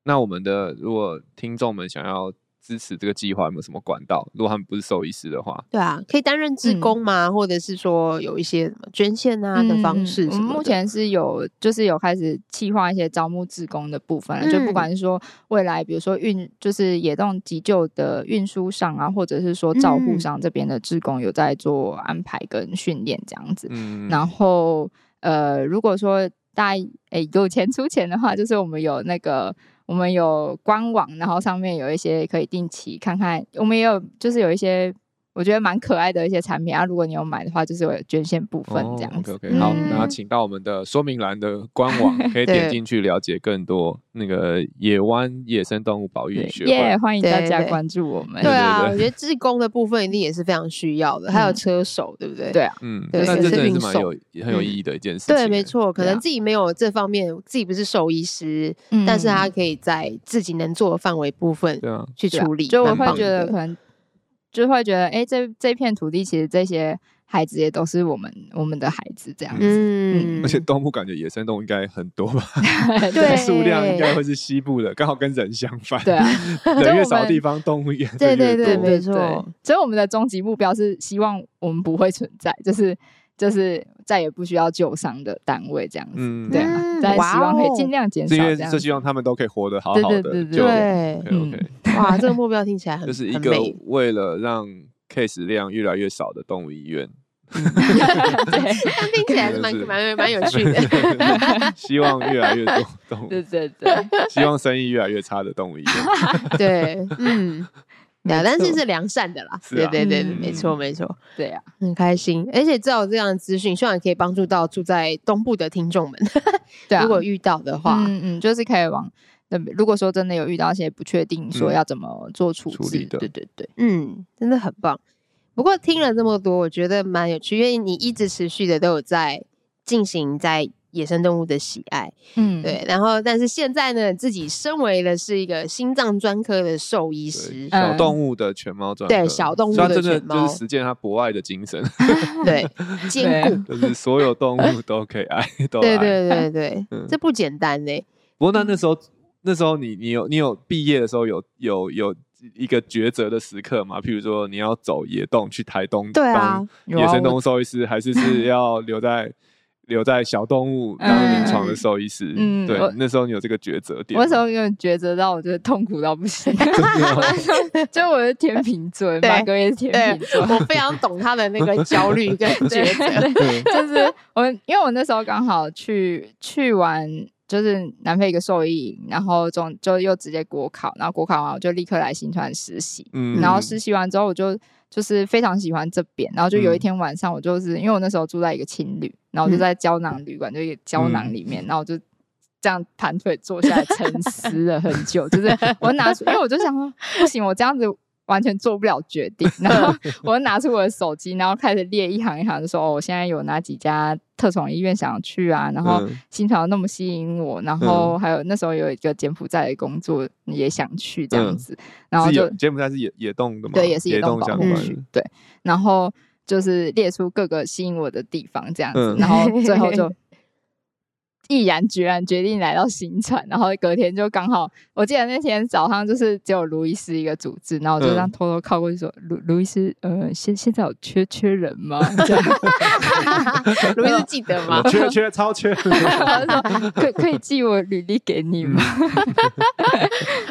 S1: 那我们的如果听众们想要支持这个计划，有没有什么管道？如果他们不是兽医师的话，
S2: 对啊，可以担任志
S3: 嗯
S2: 工吗？或者是说有一些什么捐献啊的方式
S3: 嗯嗯
S2: 什
S3: 我们
S2: 么的
S3: 目前是有，就是有开始计划一些招募志工的部分了，就
S2: 嗯
S3: 不管是说未来，比如说运，就是野动急救的运输上啊，或者是说照护
S2: 嗯
S3: 上这边的志工有在做安排跟训练这样子。
S1: 嗯，
S3: 然后呃，如果说大家诶有钱出钱的话，就是我们有那个。我们有官网，然后上面有一些可以定期看看。我们也有就是有一些我觉得蛮可爱的一些产品啊，如果你有买的话，就是有捐献部分这样子。
S1: 哦 OK OK，好，
S2: 嗯
S1: 那请到我们的说明栏的官
S3: [LAUGHS]
S1: 网，可以
S2: 对
S1: 点进去了解更多那个野湾野生动物保育学
S3: 耶
S1: 会。
S3: 欢迎大
S2: 对
S3: 家
S2: 对
S3: 关注我们。
S2: 对啊，
S1: 对对对
S2: 我觉得志工的部分一定也是非常需要的，还有
S3: 嗯
S2: 车手，对不对？
S3: 对啊，
S1: 嗯，
S2: 对
S1: 那
S2: 也
S1: 这
S2: 是
S1: 真的是
S2: 运
S1: 蛮
S2: 送
S1: 有很有意义的一件事情。
S2: 对，没。错，可
S3: 嗯对啊
S2: 能自己没有这方面，自己不是兽医师，
S3: 嗯
S2: 但是他可以在自己能做的范围部分
S1: 对啊，
S2: 去
S3: 对啊
S2: 处理，
S3: 就我
S2: 蛮
S3: 会
S2: 棒
S3: 觉得
S2: 的
S3: 可能就会觉得，哎，这这片土地其实这些孩子也都是我们我们的孩子这样子。
S2: 嗯，
S1: 而且动物感觉野生动物应该很多吧， [LAUGHS]
S3: [LAUGHS]
S2: 对
S1: 数量应该会是西部的，刚好跟人相反。
S3: 对啊，
S1: 人越少的
S3: 我们
S1: 地方，动物也 [LAUGHS]
S2: 对对
S1: 越
S2: 对
S1: 多
S2: 没
S3: 对
S2: 错
S3: 对所以我们的终极目标是希望我们不会存在，就是就是再也不需要救伤的单位这样子。
S1: 嗯
S3: 对啊
S2: 嗯，
S3: 但希望可
S2: 哇哦
S3: 以尽量减
S1: 是
S3: 少
S1: 因为
S3: 这样
S1: 是
S3: 子。
S1: 希望他们都可以活得好好的，
S3: 对对对嗯
S1: 就
S2: 对，
S1: OK，
S2: 哇，这个目标听起来很
S1: [LAUGHS] 就是一
S2: 很
S1: 个
S2: 美
S1: 为了让 case 量越来越少的动物医院，
S2: 但听起来是蛮
S1: 真的是
S2: 蛮蛮
S3: [LAUGHS]
S2: 有趣的。
S1: [LAUGHS] 希望越来越多动
S3: 对
S1: 物，
S2: [LAUGHS]
S3: 对对，
S1: 希望生意越来越差的动物医院。
S2: 对，嗯，对啊，
S3: [LAUGHS] 没
S2: 但是
S3: 错
S2: 是良善的啦，
S1: 是
S2: 对
S1: 啊
S2: 对对，对
S3: 嗯
S2: 没错没错，
S3: 对啊，
S2: 很开心，而且知道有这样的资讯，希望也可以帮助到住在东部的听众们，
S3: 对
S2: [LAUGHS]
S3: 啊。
S2: 如果遇到的话，
S3: 嗯嗯，就是可以往那边。如果说真的有遇到一些不确定，说
S1: 嗯
S3: 要怎么做处置，
S1: 处理的
S3: 对对对，
S2: 嗯，真的很棒。不过听了这么多，我觉得蛮有趣，因为你一直持续的都有在进行在野生动物的喜爱，
S3: 嗯，
S2: 对。然后，但是现在呢，自己身为的是一个心脏专科的兽医
S3: [LAUGHS]
S1: 对
S2: 师，
S1: 小
S3: 嗯
S1: 动物的全猫专科，
S2: 对小动物
S1: 所以它
S2: 的
S1: 真的
S2: 全猫
S1: 就是实践它博爱的精神， [LAUGHS]
S3: 嗯
S2: 对，
S3: [LAUGHS]
S2: 兼顾，
S1: 就是所有动物都可以爱，都 [LAUGHS] 爱。
S2: 对对对对
S1: 嗯，
S2: 这不简单呢。
S1: 不过那那时候，那时候你你有你有毕业的时候有有有一个抉择的时刻嘛？譬如说你要走野洞去台东，
S2: 对啊，
S3: 有
S1: 野
S3: 啊
S1: 生动
S3: 我
S1: 物兽医师，还是是要留在留在小动物当
S2: 嗯
S1: 临床的兽医师？
S3: 嗯
S1: 对
S3: 我，
S1: 那时候你有这个抉择点
S3: 我
S1: 吗。
S3: 那时候有点抉择到，我觉得痛苦到不行。 [LAUGHS]
S1: [LAUGHS]
S2: [LAUGHS]
S3: 就我是天秤座，
S2: 对
S3: 马哥也是天
S2: 对
S3: 秤座，
S2: 我非常懂他的那个焦虑
S3: [LAUGHS]
S2: 跟抉择。
S1: 嗯
S3: 就是我，因为我那时候刚好去去完，就是南非一个兽医营，然后总就又直接国考，然后国考完我就立刻来新传实习，
S1: 嗯
S3: 然后实习完之后我就就是非常喜欢这边，然后就有一
S1: 嗯
S3: 天晚上我就是、因为我那时候住在一个青旅，然后我就
S2: 嗯
S3: 在胶囊旅馆，就一个胶
S1: 嗯
S3: 囊里面，然后我就。这样盘腿坐下来沉思了很久，就是我拿出，因为我就想说，不行，我这样子完全做不了决定。然
S1: [LAUGHS]
S3: 后我就拿出我的手机，然后开始列一行一行，就说、哦、我现在有哪几家特宠医院想要去啊，然后
S1: 嗯
S3: 新潮那么吸引我，然后还有那时候有一个柬埔寨的工作也想去这样
S1: 嗯
S3: 子，然后
S1: 是
S3: 就
S1: 野柬埔寨是野野动的嘛？
S3: 对，也是
S1: 野
S3: 动保
S1: 相
S3: 护
S1: 关
S3: 区
S1: 的。
S3: 对，然后就是列出各个吸引我的地方这样
S2: [LAUGHS]
S3: 子，
S1: 嗯
S3: 然后最后就毅然决然决定来到新船，然后隔天就刚好，我记得那天早上就是只有卢医师一个组织，然后我就这
S1: 嗯
S3: 样偷偷靠过去说：“卢卢医师，呃，现现在有缺缺人吗？” [LAUGHS] 这样
S2: 卢医师记得吗？
S1: 缺缺超
S2: [LAUGHS]
S1: 缺，哦
S3: 我
S1: [LAUGHS]
S3: 就说可可以寄我履历给你吗？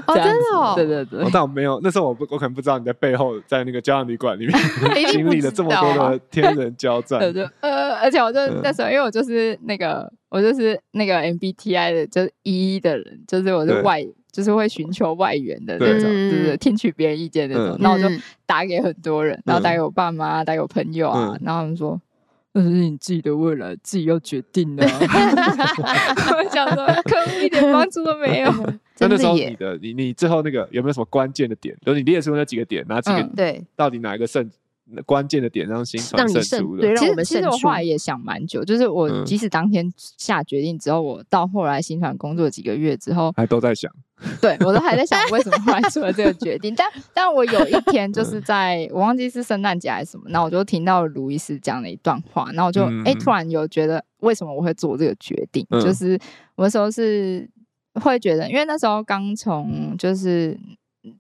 S2: 哦，
S3: [LAUGHS] 这
S2: 真
S3: 样子
S2: 的哦，
S3: 对对
S1: 嗯哦
S3: 对，
S1: 但我没有，那时候我不，我可能不知道你在背后在那个胶囊旅馆里面
S2: [LAUGHS] 一定
S1: 经
S2: 不
S1: 历了
S2: 知
S1: 这么
S2: 道
S1: 多
S2: 啊
S1: 的天人交
S2: [LAUGHS]
S1: 战。
S3: 我就呃，而且我就
S1: 嗯
S3: 那时候，因为我就是那个，我就是那个 MBTI 的，就是 E 的人，就是我
S1: 对
S3: 是外，就是会寻求外援的
S1: 对
S3: 那种，
S2: 嗯
S3: 就是听取别人意见那种
S1: 嗯。
S3: 然后我就
S2: 嗯
S3: 打给很多人，然后打给我爸妈，打给我朋友啊
S1: 嗯，
S3: 然后他们说。那是你自己的未来，自己要决定
S1: [LAUGHS]
S3: 的、啊。我想说，可恶，一点帮助都没有。
S1: 那
S2: 真
S1: 那时
S2: 的
S1: 候
S2: 耶
S1: 你的你你最后那个有没有什么关键的点？就是你列出那几个点，哪几个、
S3: 嗯
S2: 对，
S1: 到底哪一个胜关键的点让新
S2: 让
S1: 传
S2: 你胜
S1: 出
S2: 对
S1: 的？
S2: 让
S3: [LAUGHS]
S2: 我
S3: 其实
S2: 们
S3: 其实
S2: 胜
S3: 我
S2: 出
S3: 后来也想蛮久，就是我
S1: 嗯
S3: 即使当天下决定之后，我到后来新传工作几个月之后，
S1: 还都在想，
S3: 对我都还在想为什么后来做了这个决定。但但我有一天
S1: 嗯
S3: 就是在我忘记是圣诞节还是什么，然后我就听到卢医师讲了一段话，然后我就哎、
S1: 嗯
S3: 诶突然有觉得为什么我会做这个决定，
S1: 嗯
S3: 就是我那时候是会觉得，因为那时候刚从就是。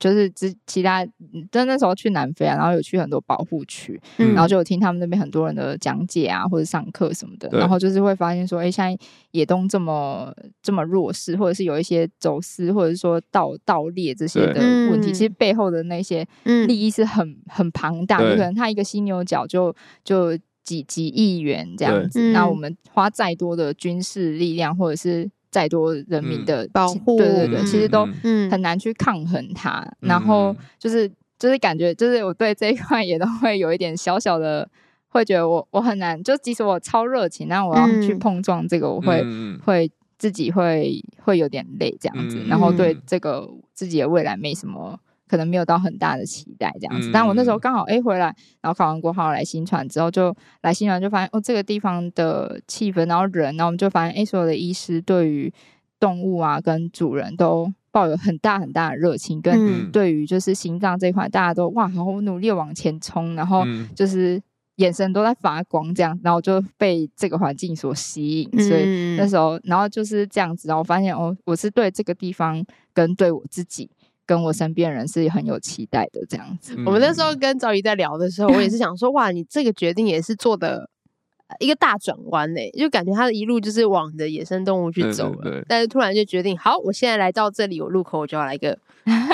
S3: 就是之其他，嗯就那时候去南非啊，然后有去很多保护区，
S1: 嗯
S3: 然后就有听他们那边很多人的讲解啊，或者上课什么的，
S1: 对
S3: 然后就是会发现说，哎、现在野东这么这么弱势，或者是有一些走私，或者是说盗盗猎这些
S1: 对
S3: 的问
S2: 嗯
S3: 题，其实背后的那些
S2: 嗯
S3: 利益是很很庞大，
S1: 对
S3: 有可能他一个犀牛角就就几几亿元这样
S2: 对
S3: 子，那
S2: 嗯
S3: 我们花再多的军事力量，或者是再多人民的、
S2: 保护
S3: 对对对，
S2: 嗯
S3: 其实都
S1: 嗯
S2: 嗯
S3: 很难去抗衡它，然后
S1: 嗯
S3: 就是就是感觉就是我对这一块也都会有一点小小的，会觉得我我很难，就即使我超热情，但我要去
S2: 嗯
S3: 碰撞这个，我会、
S1: 嗯
S3: 会自己会会有点累这样子，
S1: 嗯
S3: 然后对
S1: 嗯
S3: 这个自己的未来没什么。可能没有到很大的期待这样子，
S1: 嗯
S3: 但我那时候刚好哎、诶回来，然后考完国考来新传之后就来新传就发现哦这个地方的气氛，然后人，然后我们就发现哎、诶所有的医师对于动物啊跟主人都抱有很大很大的热情，跟
S2: 嗯
S3: 对于就是心脏这一块，大家都哇，好努力地往前冲，然后
S1: 嗯
S3: 就是眼神都在发光这样，然后就被这个环境所吸引，所以
S2: 嗯
S3: 那时候，然后就是这样子，然后我发现哦，我是对这个地方跟对我自己。跟我身边人是很有期待的，这样子，
S1: 嗯
S2: 我们那时候跟赵怡在聊的时候，我也是想说，哇，你这个决定也是做的一个大转弯呢，就感觉他一路就是往你的野生动物去
S1: 对
S2: 走了，
S1: 对对
S2: 但是突然就决定，好，我现在来到这里，我路口我就要来一 [LAUGHS] 个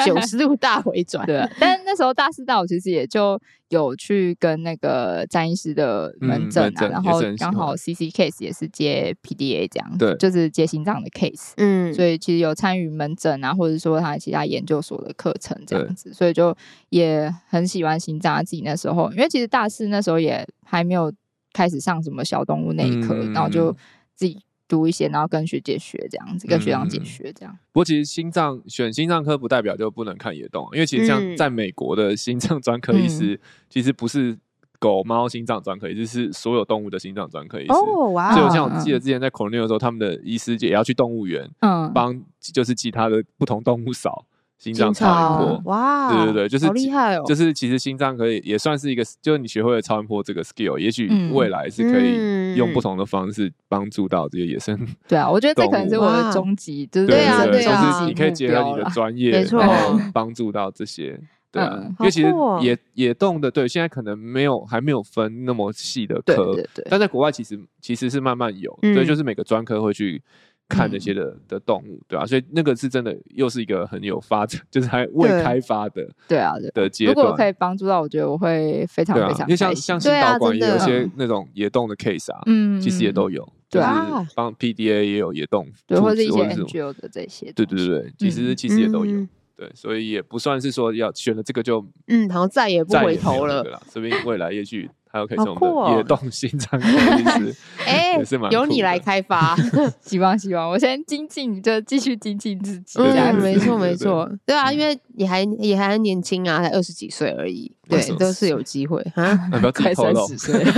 S2: 九十度大回转，
S3: 对啊。但那时候大四大五其实也就有去跟那个詹医师的门诊
S1: 嗯门
S3: 啊，
S1: 诊
S3: 然
S1: 也
S3: 后
S1: 是很喜
S3: 刚好
S1: 欢
S3: CC case 也是接 PDA 这样
S1: 对
S3: 子，就是接心脏的 case。
S2: 嗯，
S3: 所以其实有参与门诊啊，或者说他其他研究所的课程这
S1: 对
S3: 样子，所以就也很喜欢心脏。自己那时候，因为其实大四那时候也还没有开始上什么小动物那一课，
S1: 嗯
S3: 然后就自己读一些，然后跟学姐学这样子，跟学长姐
S1: 嗯
S3: 学这样。
S1: 不过其实心脏选心脏科不代表就不能看野动，因为其实像
S2: 嗯
S1: 在美国的心脏专科医师，其实不是狗猫心脏专科医师，是所有动物的心脏专科医师。
S2: 哦，哇
S1: 所以我
S2: 哦，
S1: 像我记得之前在 Cornell 的时候，他们的医师也要去动物园
S3: 嗯，
S1: 帮，就是其他的不同动物扫心
S2: 经
S1: 脏超音
S2: 常
S1: 波。
S2: 哦哇，
S1: 对对对，就是
S2: 好厉害哦，
S1: 就是其实心脏可以也算是一个，就是你学会了超音波这个 skill，也许
S3: 嗯
S1: 未来是可以
S2: 嗯
S1: 用不同的方式帮助到这些野生
S3: 对啊，我觉得这可能是我
S2: 哇
S3: 的终极，就是
S2: 对啊
S1: 对
S2: 对啊
S1: 就是你可以
S3: 嗯
S1: 结合你的专业，
S2: 没错
S1: 然后帮助到这些。对啊，
S3: 嗯
S1: 因为其实
S2: 好酷哦
S1: 野野动的，对，现在可能没有还没有分那么细的
S3: 对
S1: 科，
S3: 对对，
S1: 但在国外其实其实是慢慢有，
S2: 嗯
S1: 所以就是每个专科会去看
S3: 嗯
S1: 那些的、的动物，对啊，所以那个是真的又是一个很有发展， [LAUGHS] 就是还未
S2: 对
S1: 开发的
S3: 对啊，对。
S1: 的阶
S3: 如果
S1: 段
S3: 我。可以帮助到，我觉得我会非常
S1: 对啊
S3: 非，常
S1: 因为像
S3: 开心
S1: 像
S2: 是
S1: 新
S2: 对啊
S1: 导管也
S2: 真的
S1: 有些那种野动的 case 啊，
S3: 嗯，
S1: 其实也都
S3: 有，
S1: 有，就
S3: 对
S1: 是
S2: 啊
S1: 帮 PDA 也有野动兔子，
S3: 对，或者一些
S1: 是
S3: NGO 的这些，
S1: 对对对，对，其实
S3: 嗯
S1: 其实也都有，
S2: 嗯
S1: 对，所以也不算是说要选了这个就
S2: 嗯，好像再也不
S1: 再也
S2: 回
S1: 没有
S2: 头
S1: 那
S2: 了
S1: 个，啦，说不定未来也许还有可以成
S2: 好
S1: 我
S2: 酷
S1: 们的野
S2: 哦
S1: 动心脏科医师，
S2: 哎
S1: 也是蛮，
S2: 由
S1: 酷
S2: 你
S1: 的
S2: 来开发。
S3: 希望希望，我先精进，就继续精进自己，
S1: 对
S3: 这样
S2: 嗯，
S3: 子
S2: 没错
S1: 对对嗯
S2: 没错，对啊，因为也还也还年轻啊，才二十几岁而已，对
S1: 没错，
S2: 都是有
S1: [LAUGHS]
S2: 机会啊，
S1: 啊不要自己
S3: 快
S1: 透
S3: 三
S1: 露
S3: 十，岁了，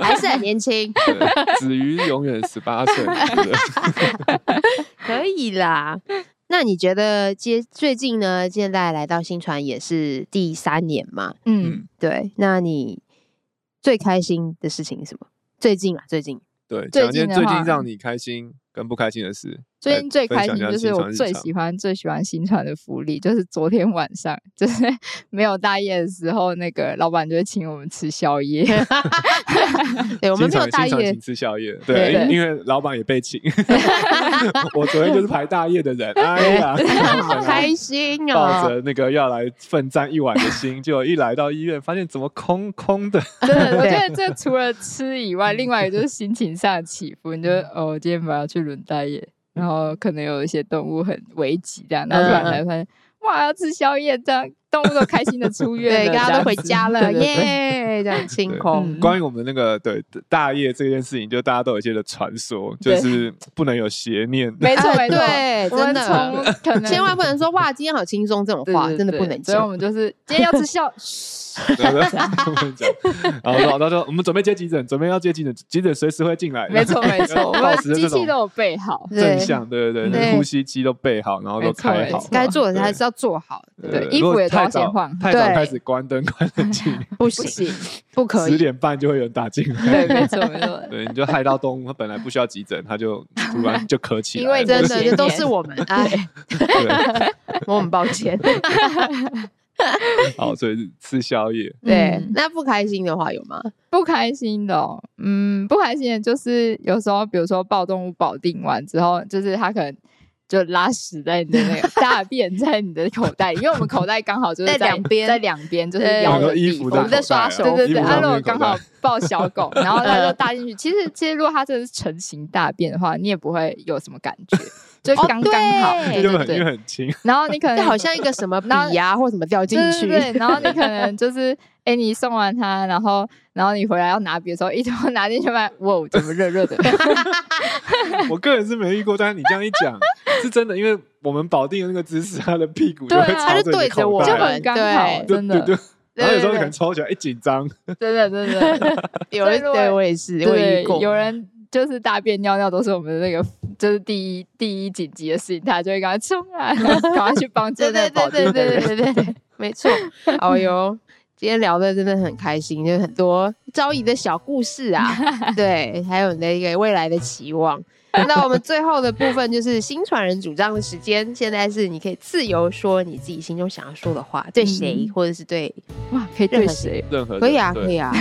S2: 还是很年轻，
S1: 对子瑜永远十八岁，对
S2: 可以啦。那你觉得接最近呢？现在来到新传也是第三年嘛？
S3: 嗯，
S2: 对，那你最开心的事情是什么？最近啊，最近
S1: 对，
S3: 最
S1: 讲一件
S3: 近的
S1: 最近
S3: 话
S1: 让你开心跟不开心的事。
S3: 最
S1: 来
S3: 近最
S1: 分
S3: 开
S1: 享一
S3: 心
S1: 下
S3: 就是
S1: 新
S3: 我
S1: 传日
S3: 最
S1: 常
S3: 喜欢最喜欢新传的福利，就是昨天晚上就是没有大夜的时候，那个老板就会请我们吃宵夜。 [LAUGHS]
S2: 对，我们
S1: 经
S2: 没
S1: 常
S2: 有大
S1: 经常
S2: 夜
S1: 请，吃宵夜，
S3: 对
S1: 对，因因为老板也被请。我昨天就是排大夜的人，哎呀，
S2: 好开
S1: [LAUGHS]
S2: 心
S1: 抱
S3: [LAUGHS]
S2: 哦！
S1: 着那个要来奋战一晚的心，结果一来到医院，发现怎么空空的。
S3: 真的，我
S2: 对
S3: 觉得这除了吃以
S1: 嗯
S3: 外，另外一个就是心情上的起伏。你就哦，今天晚上要去轮大夜，
S1: 嗯
S3: 然后可能有一些动物很危急这样，然后突然
S2: 嗯嗯
S3: 才发现，哇，要吃宵夜，这样动物都开心的出院
S2: 对，
S3: 了，
S2: 刚
S3: 这
S2: 刚
S3: 样
S2: 都回
S3: 子
S2: 家了，！
S3: 对对对
S2: 耶！这样清
S1: 对
S3: 嗯
S1: [LAUGHS]
S2: 空，
S1: 关于我们那个对大夜这件事情，就大家都有一些的传说，就
S3: 对
S1: 是不能有邪念。
S3: 没错
S2: 哎
S3: 没错，
S2: 对，
S3: 我们
S2: [LAUGHS] 真的，
S3: 从可能
S2: 千万不能说哇，今天好轻松这种
S3: [LAUGHS] 对
S2: 话，
S3: 对
S2: 真的
S3: 对
S2: 不能
S3: 所以我
S2: 讲。
S3: 们就是今天要吃宵，
S1: 然后 [LAUGHS] 就讲，然后说，他说我们准备接急诊，准备要接急诊，急诊随时会进来。
S3: 没错没错，我
S1: [LAUGHS] 保
S3: 们
S1: 持着
S3: 机
S1: 这种
S3: 器都有
S2: [LAUGHS]
S3: 备好。
S2: 对
S1: 正向，对对
S2: 对
S1: 对，呼吸机都备好，然后都
S3: 没错
S1: 开
S3: 没
S1: 好
S2: [LAUGHS]
S3: 错。
S2: 该做的
S1: 对
S2: 还是要做好，
S3: 对
S1: 呃
S3: 衣
S1: 如
S3: 服
S1: 果
S3: 也都
S1: 太
S3: 要先
S1: 早
S3: 换
S1: 太早
S2: 对
S1: 开始关灯、关
S3: [LAUGHS]
S1: 冷气，
S2: 不
S3: 不
S2: 行，
S3: 行，
S2: 不可
S1: 十
S2: 以。
S1: 点半就会有人打进来。
S3: 对，没错没错，
S1: 对，你就害到动物，它本来不需要急诊，它就突然就咳起来
S3: 因为
S1: 了
S2: 真
S3: 不
S2: 的，
S3: 行
S2: 这都是我
S3: [LAUGHS]
S2: 们，哎，
S1: 对，
S2: 我很抱歉。
S1: 好，所以是吃宵夜，
S2: 对
S3: 嗯，
S2: 那不开心的话有吗？
S3: 不开心的哦、嗯，不开心的就是有时候，比如说抱动物保定完之后，就是它可能就拉屎在你的那个大便在你的口袋里，因为我们口袋刚好就是
S2: 在两边
S3: 在两边就是
S2: 对
S3: 腰
S1: 很多
S3: 的
S1: 衣
S3: 地
S1: 服
S2: 我
S3: 方
S2: 们。在刷
S1: 口袋
S2: 手
S1: 啊
S3: 对对
S1: 衣
S3: 对，
S1: 服
S3: 阿
S1: 上
S3: 洛
S1: 面口 [LAUGHS]
S3: 刚好
S1: 袋
S3: 抱小狗，然后它就搭进去。其实其实如果它真的是成型大便的话，你也不会有什么感觉，就
S2: 哦
S3: 刚刚好。
S1: 因为很
S2: 对
S3: 对对
S1: 因为
S3: 对，
S1: 很轻，
S3: 然后你可
S2: 就
S3: 能
S2: 好像一个什么笔呀或什么掉进
S3: 对
S2: 去，
S3: 对对，然后你可能就是，哎、你送完它，然后然后你回来要拿笔的时候，一头拿进去发现，哇，怎么热热的？
S1: 我个人是没遇过，但是你这样一讲是真的，因为我们保定的那个姿势，它的屁股就
S3: 对啊
S1: 会朝
S2: 它就
S1: 着你
S2: 对
S1: 的
S2: 着我
S1: 口
S3: 就
S1: 袋，
S3: 很刚好，
S2: 对
S3: 真的，
S1: 对对。然后有时候
S3: 对对对
S1: 可能抽起来一紧张，
S3: 真的真的，
S2: 有人对我也是，我也
S3: 对
S2: 遇过，，
S3: 有人就是大便尿尿都是我们的那个，就是第一第一紧急的事情，他就会赶快冲啊， [LAUGHS] 赶快去帮
S2: 对
S3: 真
S2: 对
S3: 的
S2: 对
S3: 保
S2: 对
S3: 定的
S2: 对
S3: 人。
S2: 对对对，没错。哦哟，今天聊的真的很开心，就很多昭仪的小故事啊，对，还有你的一个未来的期望。那我们最后的部分就是新传人主张的时间，现在是你可以自由说你自己心中想要说的话，对谁
S3: 嗯
S2: 或者是对，
S3: 哇，可以对谁？
S1: 任何
S2: 可以啊，
S1: 人
S2: 可。
S1: 对
S2: 以啊，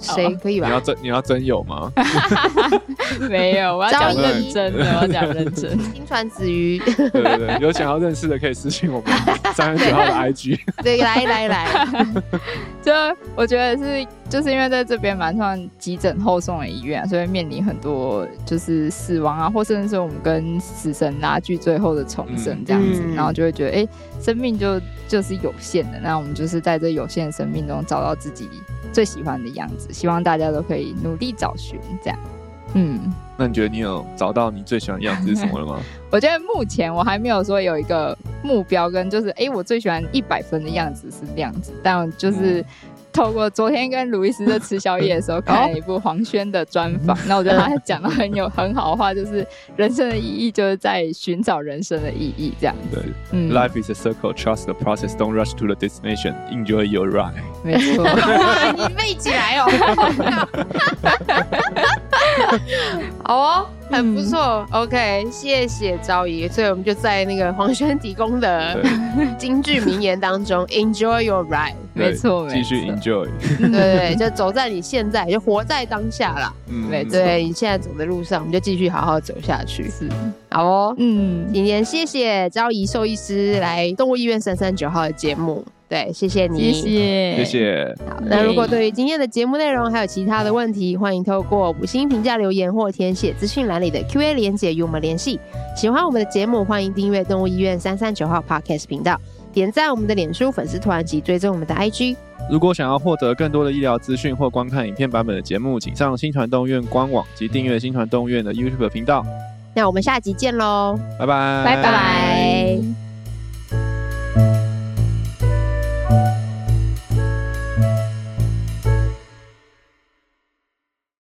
S2: 谁可以
S1: 你
S2: 吧
S1: 要？真你要真有吗？ [LAUGHS]
S3: [LAUGHS] 没有，我要讲
S2: 张
S3: 认
S1: 毅
S3: 真的，我要讲认真。
S2: [LAUGHS] 新传子瑜，
S1: 对对对，有想要认识的可以私信我们三十九号的 IG。
S2: 对，来来来，
S3: 就我觉得是，就是因为在这边蛮算急诊后送的医院、啊所以面临很多就是死亡啊，或甚至是我们跟死神拉锯最后的重生这样子，
S2: 嗯
S3: 然后就会觉得，哎、生命就就是有限的，那我们就是在这有限的生命中找到自己最喜欢的样子，希望大家都可以努力找寻这样。嗯，
S1: 那你觉得你有找到你最喜欢的样子是什么了吗？
S3: 我觉得目前我还没有说有一个目标跟就是，哎、我最喜欢一百分的样子是这样子，但
S1: 嗯
S3: 就是。透过昨天跟卢医师在吃宵夜的
S1: [LAUGHS]
S3: 时候，看了一部黄轩的专访，
S1: 嗯
S3: 那我觉得他讲的很有很好的话，就是人生的意义就是在寻找人生的意义这样子。
S1: 对
S3: 嗯，
S1: ，Life is a circle. Trust the process. Don't rush to the destination. Enjoy your
S3: [LAUGHS]
S1: ride.
S3: 没
S1: [LAUGHS]
S3: 错，
S2: 哇你背起来哦，好哦，很不错、o k 谢谢昭仪，所以我们就在那个黄轩提供的京剧名言当中，Enjoy your ride，
S3: 没错，
S1: 对继续
S3: 没错
S1: enjoy。
S2: 对对对，就走在你现在，就活在当下啦。
S1: 嗯
S3: 没错
S2: 对你现在走的路上，我们就继续好好走下去，
S3: 是，
S2: 好哦。
S3: 嗯，
S2: 今天谢谢昭仪兽医师来动物医院三三九号的节目，对，谢谢你，
S3: 谢谢，
S1: 谢，谢。
S2: 那如果对于今天的节目内容还有其他的问题，欢迎透过五星评价留言或填写资讯栏里的 Q&A 连结与我们联系。喜欢我们的节目，欢迎订阅动物医院三三九号 Podcast 频道，点赞我们的脸书粉丝团及追踪我们的 IG。
S1: 如果想要获得更多的医疗资讯或观看影片版本的节目，请上新传动物院官网及订阅新传动物院的 YouTube 频道。
S2: 那我们下集见喽，
S1: 拜拜，
S2: 拜拜。